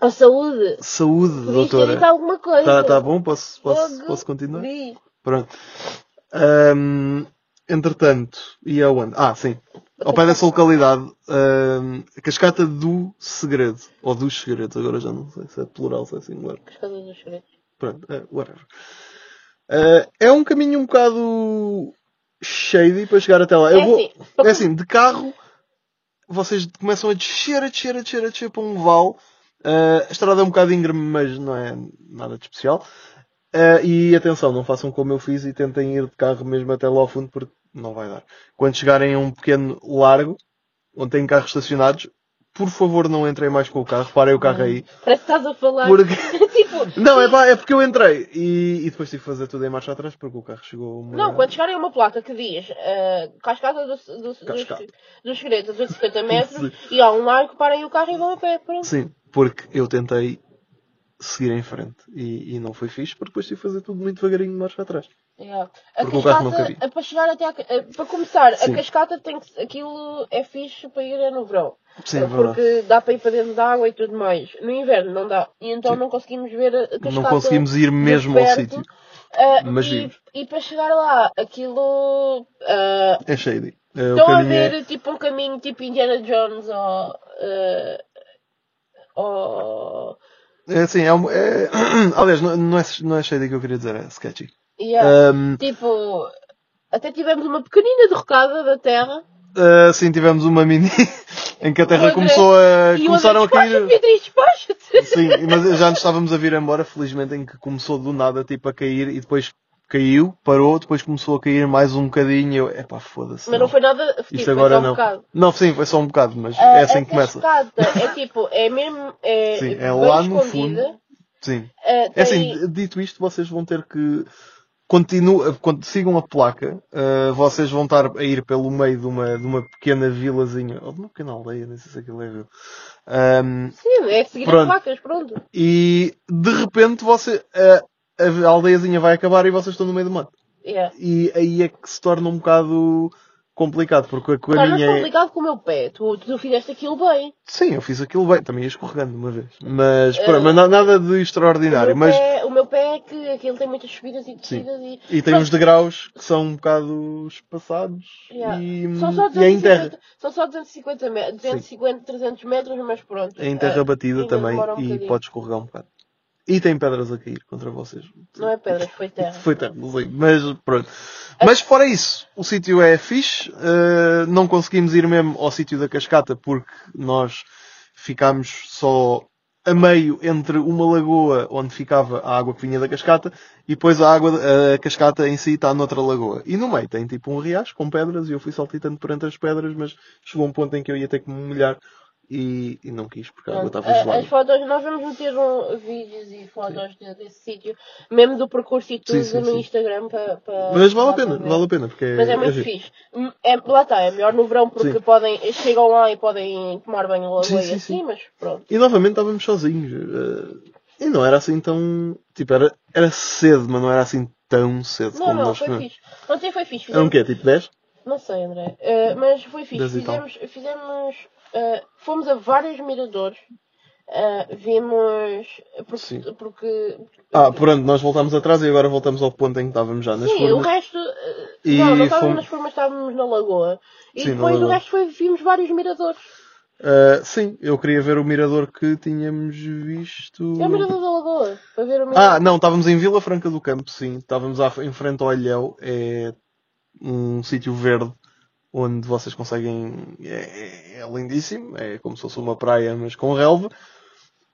Speaker 3: A saúde.
Speaker 2: Saúde,
Speaker 3: Podias ter
Speaker 2: doutora.
Speaker 3: dito alguma coisa.
Speaker 2: Tá, tá bom, posso, posso,
Speaker 3: Fogo.
Speaker 2: posso continuar?
Speaker 3: Diz.
Speaker 2: Pronto. Ahm, entretanto, e aonde? Ah, sim. Ao pé dessa localidade, ahm, a cascata do segredo, ou dos segredos, agora já não sei se é plural, se é singular.
Speaker 3: As coisas dos segredos.
Speaker 2: Pronto, eh, whatever. Eh, é um caminho um bocado shady para chegar até lá. Eu
Speaker 3: É
Speaker 2: vou-
Speaker 3: assim, para
Speaker 2: é
Speaker 3: com-
Speaker 2: assim, de carro, vocês começam a descer, a descer, a descer, a descer para um vale. Eh, a estrada é um bocado íngreme, mas não é nada de especial. Eh, e atenção, não façam como eu fiz e tentem ir de carro mesmo até lá ao fundo, porque não vai dar. Quando chegarem a um pequeno largo, onde tem carros estacionados, por favor não entrem mais com o carro, parem o carro aí.
Speaker 3: Parece que estás a falar.
Speaker 2: Porque-
Speaker 3: tipo,
Speaker 2: Não, é, pá, é porque eu entrei e, e depois tive que fazer tudo em marcha atrás porque o carro chegou a uma...
Speaker 3: Não, quando chegarem a uma placa que diz uh, cascata do, do,
Speaker 2: Cascata.
Speaker 3: dos, dos segredos a 250 metros e há um largo, parem o carro e vão a pé. Pronto.
Speaker 2: Sim, porque eu tentei seguir em frente e, e não foi fixe porque depois tive que fazer tudo muito devagarinho de marcha atrás.
Speaker 3: Yeah. É, A
Speaker 2: Porque o carro não
Speaker 3: cascata,
Speaker 2: cabia.
Speaker 3: a- para chegar até à ca- a- para começar,
Speaker 2: Sim.
Speaker 3: a cascata tem que, se- aquilo é fixe para ir é no verão.
Speaker 2: Sim, é
Speaker 3: Eh,
Speaker 2: verdade.
Speaker 3: porque dá para ir para dentro da água e tudo mais. No inverno não dá. E então não conseguimos ver a a cascata.
Speaker 2: Não conseguimos ir
Speaker 3: de
Speaker 2: mesmo ao
Speaker 3: perto.
Speaker 2: sítio.
Speaker 3: Ah,
Speaker 2: Mas
Speaker 3: e,
Speaker 2: vimos.
Speaker 3: e para chegar lá, aquilo. ah,
Speaker 2: É shady. É, o
Speaker 3: Estão a
Speaker 2: caminho é-
Speaker 3: ver tipo um caminho tipo Indiana Jones ou. eh, ou.
Speaker 2: É assim, é, um- é- Aliás, não, não é, não é shady que eu queria dizer, é sketchy.
Speaker 3: yeah.
Speaker 2: Um,
Speaker 3: Tipo. Até tivemos uma pequenina derrocada da Terra.
Speaker 2: ah, sim, tivemos uma mini em que a terra
Speaker 3: Outra-
Speaker 2: começou a...
Speaker 3: e
Speaker 2: É, Começaram a
Speaker 3: outra,
Speaker 2: cair...
Speaker 3: "Despacha-te, Beatriz, despacha-te!
Speaker 2: Sim, mas já nos estávamos a vir embora, felizmente, em que começou do nada, tipo, a cair e depois caiu, parou, depois começou a cair mais um bocadinho e eu, epá, foda-se.
Speaker 3: Mas não foi nada. Tipo,
Speaker 2: Isto
Speaker 3: foi
Speaker 2: agora
Speaker 3: só um
Speaker 2: não.
Speaker 3: bocado.
Speaker 2: não, sim, foi só um bocado, mas
Speaker 3: Ah,
Speaker 2: é assim
Speaker 3: a
Speaker 2: que começa.
Speaker 3: cascata é tipo, é mesmo. É,
Speaker 2: Sim, é
Speaker 3: bem
Speaker 2: lá no
Speaker 3: escondida.
Speaker 2: fundo. Sim.
Speaker 3: Ah,
Speaker 2: É
Speaker 3: tem-
Speaker 2: assim, dito isto, vocês vão ter que. Continua, quando sigam a placa, ah, vocês vão estar a ir pelo meio de uma, de uma pequena vilazinha, ou de uma pequena aldeia, nem sei se aquilo é vila. Ahm,
Speaker 3: Sim, é seguir
Speaker 2: Pronto.
Speaker 3: as placas, pronto.
Speaker 2: e de repente você a, a aldeiazinha vai acabar e vocês estão no meio do mato.
Speaker 3: Yeah.
Speaker 2: E aí é que se torna um bocado complicado, porque a
Speaker 3: Torna-se
Speaker 2: coelhinha é...
Speaker 3: complicado tá com o meu pé. Tu, tu fizeste aquilo bem.
Speaker 2: Sim, eu fiz aquilo bem, também ia escorregando uma vez. Mas, pronto, mas na- nada de extraordinário.
Speaker 3: O meu,
Speaker 2: Mas,
Speaker 3: pé, o meu pé é que aquilo tem muitas subidas e descidas e.
Speaker 2: e tem uns degraus que são um bocado espaçados
Speaker 3: Yeah.
Speaker 2: e,
Speaker 3: São só
Speaker 2: e é em terra.
Speaker 3: 250, são só 250 metros, 250, 300 metros, mas pronto.
Speaker 2: É em terra
Speaker 3: Ah,
Speaker 2: batida
Speaker 3: ainda
Speaker 2: também
Speaker 3: demora um
Speaker 2: e
Speaker 3: bocadinho.
Speaker 2: pode escorregar um bocado. E tem pedras a cair contra vocês.
Speaker 3: Não é pedra, foi terra.
Speaker 2: Foi tarde, não sei. Mas pronto. Mas fora isso, o sítio é fixe. eh, não conseguimos ir mesmo ao sítio da cascata porque nós ficámos só a meio entre uma lagoa onde ficava a água que vinha da cascata e depois a água, a cascata em si está noutra lagoa. E no meio tem tipo um riacho com pedras e eu fui saltitando por entre as pedras, mas chegou um ponto em que eu ia ter que me molhar e, e não quis porque a água
Speaker 3: Pronto.
Speaker 2: estava
Speaker 3: Ah,
Speaker 2: gelada.
Speaker 3: As fotos, nós vamos meter um, vídeos e fotos de- desse sítio, mesmo do percurso e tudo,
Speaker 2: sim,
Speaker 3: no
Speaker 2: sim.
Speaker 3: Instagram para. para-
Speaker 2: Mas vale a
Speaker 3: para
Speaker 2: pena,
Speaker 3: ver.
Speaker 2: vale a pena porque
Speaker 3: Mas é muito
Speaker 2: giro.
Speaker 3: fixe. Hum, É, lá está, é melhor no verão porque
Speaker 2: Sim.
Speaker 3: podem, chegam lá e podem tomar banho logo
Speaker 2: Sim,
Speaker 3: e
Speaker 2: sim,
Speaker 3: assim,
Speaker 2: sim.
Speaker 3: mas pronto.
Speaker 2: E novamente estávamos sozinhos. eh, E não era assim tão. Tipo, era, era cedo, mas não era assim tão cedo
Speaker 3: Não,
Speaker 2: como
Speaker 3: não,
Speaker 2: nós
Speaker 3: foi
Speaker 2: comemos.
Speaker 3: fixe. Ontem foi fixe.
Speaker 2: Era um quê? Tipo 10?
Speaker 3: Não sei, André. Eh, mas foi fixe.
Speaker 2: Das e tal.
Speaker 3: Fizemos. fizemos eh, fomos a vários miradores. Eh, vimos. Porque.
Speaker 2: Sim.
Speaker 3: porque
Speaker 2: Ah, pronto, nós voltámos atrás e agora voltamos ao ponto em que estávamos já nas
Speaker 3: sim, o
Speaker 2: formas.
Speaker 3: resto. eh,
Speaker 2: E
Speaker 3: não, não estávamos
Speaker 2: fomos.
Speaker 3: nas formas, estávamos na lagoa. E
Speaker 2: Sim, na
Speaker 3: depois o
Speaker 2: lagoa.
Speaker 3: resto foi, vimos vários miradores.
Speaker 2: Ah, sim, eu queria ver o mirador que tínhamos visto.
Speaker 3: É o mirador da lagoa. Para ver o mirador.
Speaker 2: Ah, não, estávamos em Vila Franca do Campo, sim. Estávamos à- em frente ao Alheu, é um sítio verde onde vocês conseguem. É, é- é lindíssimo, é como se fosse uma praia, mas com relva.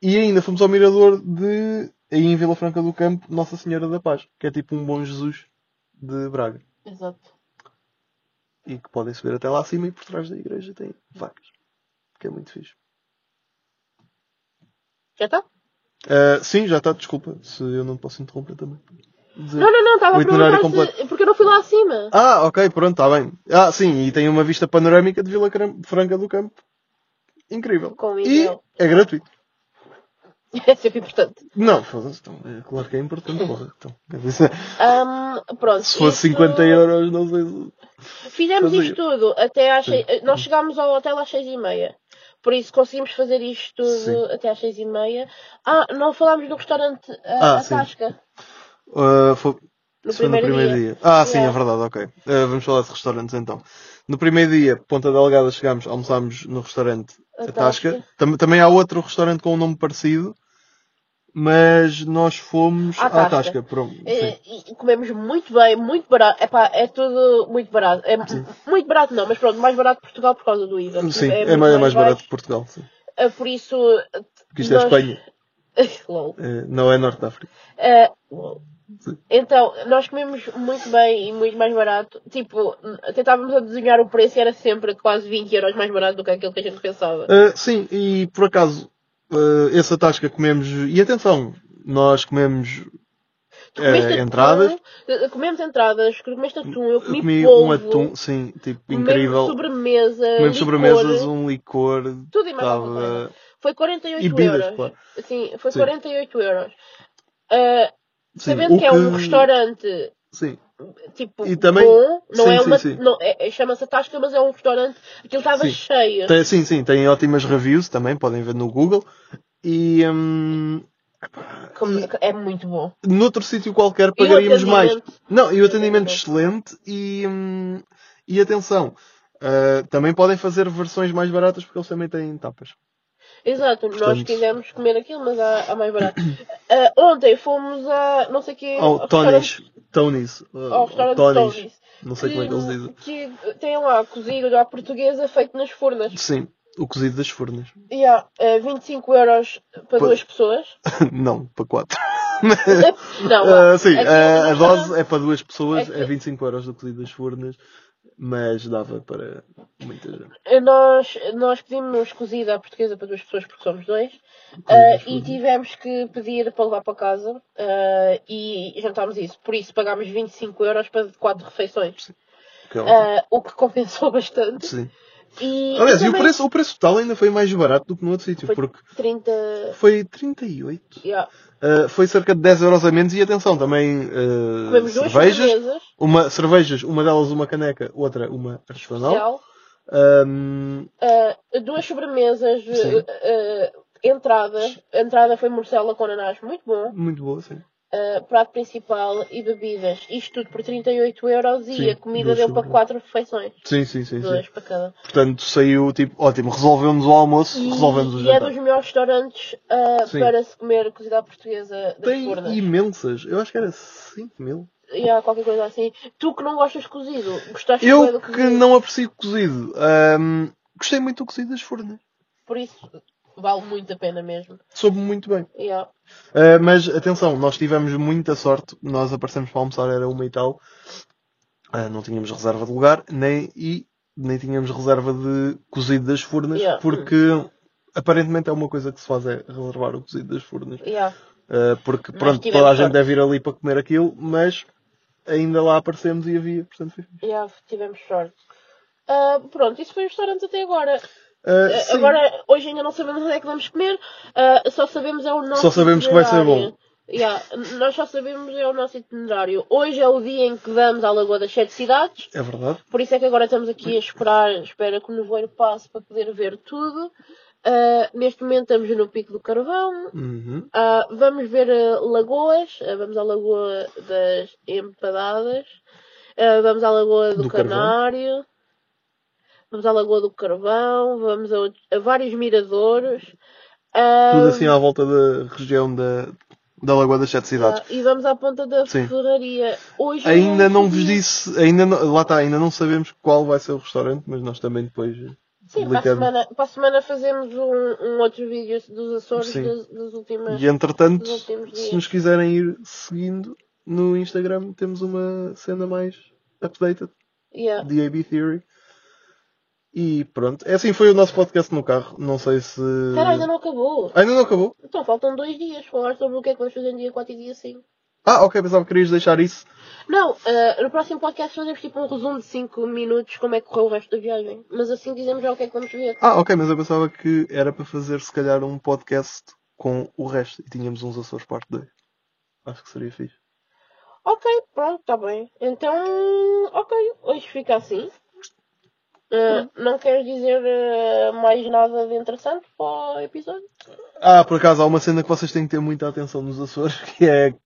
Speaker 2: E ainda fomos ao Mirador de. aí em Vila Franca do Campo, Nossa Senhora da Paz, que é tipo um Bom Jesus de Braga.
Speaker 3: Exato.
Speaker 2: E que podem subir até lá acima e por trás da igreja tem vacas. Que é muito fixe.
Speaker 3: Já tá? está?
Speaker 2: Ah, sim, já está, desculpa se eu não posso interromper também. Dizer-
Speaker 3: Não, não, não, estava
Speaker 2: O
Speaker 3: a
Speaker 2: itinerário
Speaker 3: perguntar se...
Speaker 2: completo.
Speaker 3: porque eu não fui lá acima.
Speaker 2: Ah, ok, pronto, está bem. Ah, sim, e tem uma vista panorâmica de Vila Cram- Franca do Campo. Incrível.
Speaker 3: Com
Speaker 2: Ah. e
Speaker 3: ideal.
Speaker 2: é gratuito.
Speaker 3: É sempre importante.
Speaker 2: Não, foda-se, então, é claro que é importante, porra. Então, quer dizer,
Speaker 3: Ahm, pronto.
Speaker 2: se fosse
Speaker 3: isto-
Speaker 2: 50 euros, não sei se...
Speaker 3: Fizemos
Speaker 2: Fazia.
Speaker 3: isto tudo até às seis... Nós chegámos ao hotel às seis e meia. Por isso conseguimos fazer isto tudo
Speaker 2: Sim.
Speaker 3: até às seis e meia. Ah, não falámos do restaurante
Speaker 2: Ah,
Speaker 3: ah, a
Speaker 2: sim.
Speaker 3: Tasca.
Speaker 2: Ah, foi,
Speaker 3: No
Speaker 2: se foi no
Speaker 3: primeiro
Speaker 2: primeiro
Speaker 3: dia.
Speaker 2: dia. Ah, sim,
Speaker 3: Yeah.
Speaker 2: é verdade, ok. Ah, vamos falar de restaurantes então. No primeiro dia, Ponta Delgada, chegámos, almoçámos no restaurante
Speaker 3: A
Speaker 2: A Tasca.
Speaker 3: Tasca.
Speaker 2: Tam- também há outro restaurante com um nome parecido, mas nós fomos
Speaker 3: À
Speaker 2: à Tasca.
Speaker 3: Tasca.
Speaker 2: pronto. sim.
Speaker 3: Eh, E, e comemos muito bem, muito barato. Epá, é tudo muito barato. É muito barato não, mas pronto, mais barato de Portugal por causa do IVA.
Speaker 2: Sim, é,
Speaker 3: muito
Speaker 2: mais, é mais barato
Speaker 3: baixo.
Speaker 2: que Portugal. Sim.
Speaker 3: Eh, Por isso... eh,
Speaker 2: Porque isto é
Speaker 3: nós-
Speaker 2: Espanha,
Speaker 3: Lol.
Speaker 2: eh, não é Norte de África.
Speaker 3: Eh, lol.
Speaker 2: Sim.
Speaker 3: Então, nós comemos muito bem e muito mais barato. Tipo, n- tentávamos adivinhar o preço e era sempre quase 20 euros mais barato do que aquilo que a gente pensava.
Speaker 2: Ah, sim, e por acaso, ah, essa tasca comemos. E atenção, nós comemos
Speaker 3: Tu
Speaker 2: ah,
Speaker 3: comeste atum,
Speaker 2: entradas.
Speaker 3: eh, comemos entradas, comeste atum, eu
Speaker 2: Eu
Speaker 3: comi,
Speaker 2: comi
Speaker 3: polvo,
Speaker 2: um atum, sim, tipo,
Speaker 3: comemos
Speaker 2: incrível.
Speaker 3: sobremesa,
Speaker 2: Comemos
Speaker 3: licor,
Speaker 2: sobremesas, um licor.
Speaker 3: Tudo e mais
Speaker 2: tava-
Speaker 3: alguma coisa. Foi 48
Speaker 2: E bebidas,
Speaker 3: euros.
Speaker 2: claro.
Speaker 3: Sim, foi
Speaker 2: Sim.
Speaker 3: 48 euros. Ah,
Speaker 2: Sim,
Speaker 3: sabendo
Speaker 2: o
Speaker 3: que é um restaurante
Speaker 2: Sim,
Speaker 3: tipo
Speaker 2: E também-
Speaker 3: bom, não
Speaker 2: sim,
Speaker 3: é
Speaker 2: sim,
Speaker 3: uma.
Speaker 2: sim.
Speaker 3: não- é- é- Chama-se a Tasca, mas é um restaurante. Aquilo estava
Speaker 2: Sim.
Speaker 3: cheio.
Speaker 2: tem, sim, sim, tem ótimas reviews também, podem ver no Google. E hum,
Speaker 3: Como- É muito bom.
Speaker 2: noutro sítio qualquer
Speaker 3: E o
Speaker 2: pagaríamos mais.
Speaker 3: atendimento?
Speaker 2: Não, e o
Speaker 3: Atendimento.
Speaker 2: atendimento excelente e, hum, e atenção, ah, também podem fazer versões mais baratas porque eles também têm tapas.
Speaker 3: Exato, nós
Speaker 2: Portanto-
Speaker 3: quisemos comer aquilo, mas há, há mais barato. Ah, ontem fomos a não sei que.
Speaker 2: Ou Tony's, Tony's,
Speaker 3: Ao
Speaker 2: ou
Speaker 3: restaurante
Speaker 2: Tony's,
Speaker 3: Tony's.
Speaker 2: Ah, não sei como é que eles dizem.
Speaker 3: Que tem lá cozido à portuguesa feito nas fornas.
Speaker 2: Sim, o cozido das furnas.
Speaker 3: E há eh, 25 euros para duas pessoas.
Speaker 2: não, para quatro.
Speaker 3: não,
Speaker 2: Ah,
Speaker 3: lá,
Speaker 2: sim,
Speaker 3: aquilo
Speaker 2: ah, a
Speaker 3: é não
Speaker 2: dose
Speaker 3: era-
Speaker 2: é para duas pessoas,
Speaker 3: Aqui-
Speaker 2: é 25 euros do cozido das furnas, mas dava para muita gente.
Speaker 3: Eh, Nós, nós pedimos cozida à portuguesa para duas pessoas porque somos dois
Speaker 2: das
Speaker 3: eh, e tivemos que pedir para levar para casa eh, e jantámos isso. Por isso pagámos 25 euros para quatro refeições,
Speaker 2: Que é ótimo.
Speaker 3: eh, o que compensou bastante.
Speaker 2: Sim.
Speaker 3: E,
Speaker 2: Aliás, e o
Speaker 3: também
Speaker 2: preço, o preço total ainda foi mais barato do que no outro sítio,
Speaker 3: Foi
Speaker 2: porque
Speaker 3: 30.
Speaker 2: foi 38.
Speaker 3: yeah.
Speaker 2: Uh, foi cerca de 10 euros a menos e atenção, também uh,
Speaker 3: Comemos duas
Speaker 2: cervejas,
Speaker 3: sobremesas,
Speaker 2: uma, cervejas, uma delas uma caneca, outra uma artesanal.
Speaker 3: especial,
Speaker 2: Um,
Speaker 3: eh, duas sobremesas,
Speaker 2: Sim.
Speaker 3: eh, eh, entrada. A entrada foi morcela com ananás, muito bom.
Speaker 2: muito boa, sim.
Speaker 3: Uh, prato principal e bebidas. Isto tudo por 38 euros e
Speaker 2: Sim,
Speaker 3: a comida
Speaker 2: duas
Speaker 3: deu para
Speaker 2: sobremesas.
Speaker 3: quatro refeições.
Speaker 2: Sim, sim, sim, sim.
Speaker 3: Duas para cada.
Speaker 2: Portanto, saiu tipo, ótimo, resolvemos o almoço,
Speaker 3: E,
Speaker 2: resolvemos o
Speaker 3: e é
Speaker 2: jantar.
Speaker 3: dos melhores restaurantes uh,
Speaker 2: Sim.
Speaker 3: para se comer cozida à portuguesa das
Speaker 2: Tem
Speaker 3: fornas.
Speaker 2: imensas, eu acho que era 5 mil.
Speaker 3: E há qualquer coisa assim. Tu que não gostas de cozido, gostaste bué
Speaker 2: Eu
Speaker 3: do
Speaker 2: que
Speaker 3: cozido.
Speaker 2: não aprecio cozido, um, gostei muito do cozido das fornas,
Speaker 3: Por isso, vale muito a pena mesmo.
Speaker 2: soube muito bem.
Speaker 3: Yeah.
Speaker 2: Uh, mas atenção, nós tivemos muita sorte. Nós aparecemos para almoçar, era uma e tal. Uh, não tínhamos reserva de lugar nem, e nem tínhamos reserva de cozido das furnas,
Speaker 3: Yeah.
Speaker 2: porque aparentemente é uma coisa que se faz é reservar o cozido das furnas.
Speaker 3: Yeah.
Speaker 2: Uh, porque
Speaker 3: Nós
Speaker 2: pronto,
Speaker 3: tivemos
Speaker 2: toda a
Speaker 3: sorte.
Speaker 2: gente deve ir ali para comer aquilo, mas ainda lá aparecemos e havia, portanto foi. fixe.
Speaker 3: Yeah, tivemos sorte. Uh, pronto, isso foi os restaurantes até agora.
Speaker 2: Uh,
Speaker 3: Uh,
Speaker 2: sim,
Speaker 3: Agora, hoje ainda não sabemos onde é que vamos comer, uh, só sabemos é o nosso
Speaker 2: Só sabemos que vai ser
Speaker 3: itinerário.
Speaker 2: bom.
Speaker 3: Yeah, n- nós só sabemos é o nosso itinerário. Hoje é o dia em que vamos à Lagoa das Sete Cidades,
Speaker 2: é verdade.
Speaker 3: por isso é que agora estamos aqui a esperar, espera que o nevoeiro passe para poder ver tudo. Uh, neste momento estamos no Pico do Carvão,
Speaker 2: Uhum.
Speaker 3: Uh, Ah, vamos ver uh, lagoas, uh, vamos à Lagoa das Empadadas Ah, vamos à Lagoa do,
Speaker 2: Do Carvão.
Speaker 3: Canário. Vamos à Lagoa do Carvão. Vamos a, outros- a vários miradouros. Ah,
Speaker 2: Tudo assim à volta da região da, da Lagoa das Sete Cidades.
Speaker 3: ah, e vamos à ponta da
Speaker 2: Sim.
Speaker 3: ferraria. Hoje
Speaker 2: Ainda
Speaker 3: eu
Speaker 2: não vos
Speaker 3: sabia.
Speaker 2: disse, ainda não- lá está, ainda não sabemos qual vai ser o restaurante, mas nós também depois
Speaker 3: Sim, para a,
Speaker 2: publicamos.
Speaker 3: semana, para a semana fazemos um, um outro vídeo dos Açores
Speaker 2: Sim.
Speaker 3: das, das últimas.
Speaker 2: E entretanto,
Speaker 3: Nos últimos dias.
Speaker 2: se nos quiserem ir seguindo no Instagram, temos uma cena mais updated,
Speaker 3: Yeah.
Speaker 2: DAB Theory. E pronto, é assim foi o nosso podcast no carro. Não sei se.
Speaker 3: Cara, ainda não acabou.
Speaker 2: Ainda não acabou?
Speaker 3: Então faltam dois dias falar sobre o que é que vamos fazer no dia 4 e dia 5.
Speaker 2: Ah, ok, pensava que querias deixar isso.
Speaker 3: Não, ah, no próximo podcast fazemos tipo um resumo de 5 minutos como é que correu o resto da viagem. Mas assim dizemos já o que é que vamos ver.
Speaker 2: Ah, ok, mas eu pensava que era para fazer se calhar um podcast com o resto e tínhamos uns Açores parte 2. Acho que seria fixe.
Speaker 3: Ok, pronto, está bem. Então, ok, hoje fica assim. Ah, não queres dizer ah, mais nada de interessante para o episódio?
Speaker 2: Ah, por acaso há uma cena que vocês têm que ter muita atenção nos Açores, que é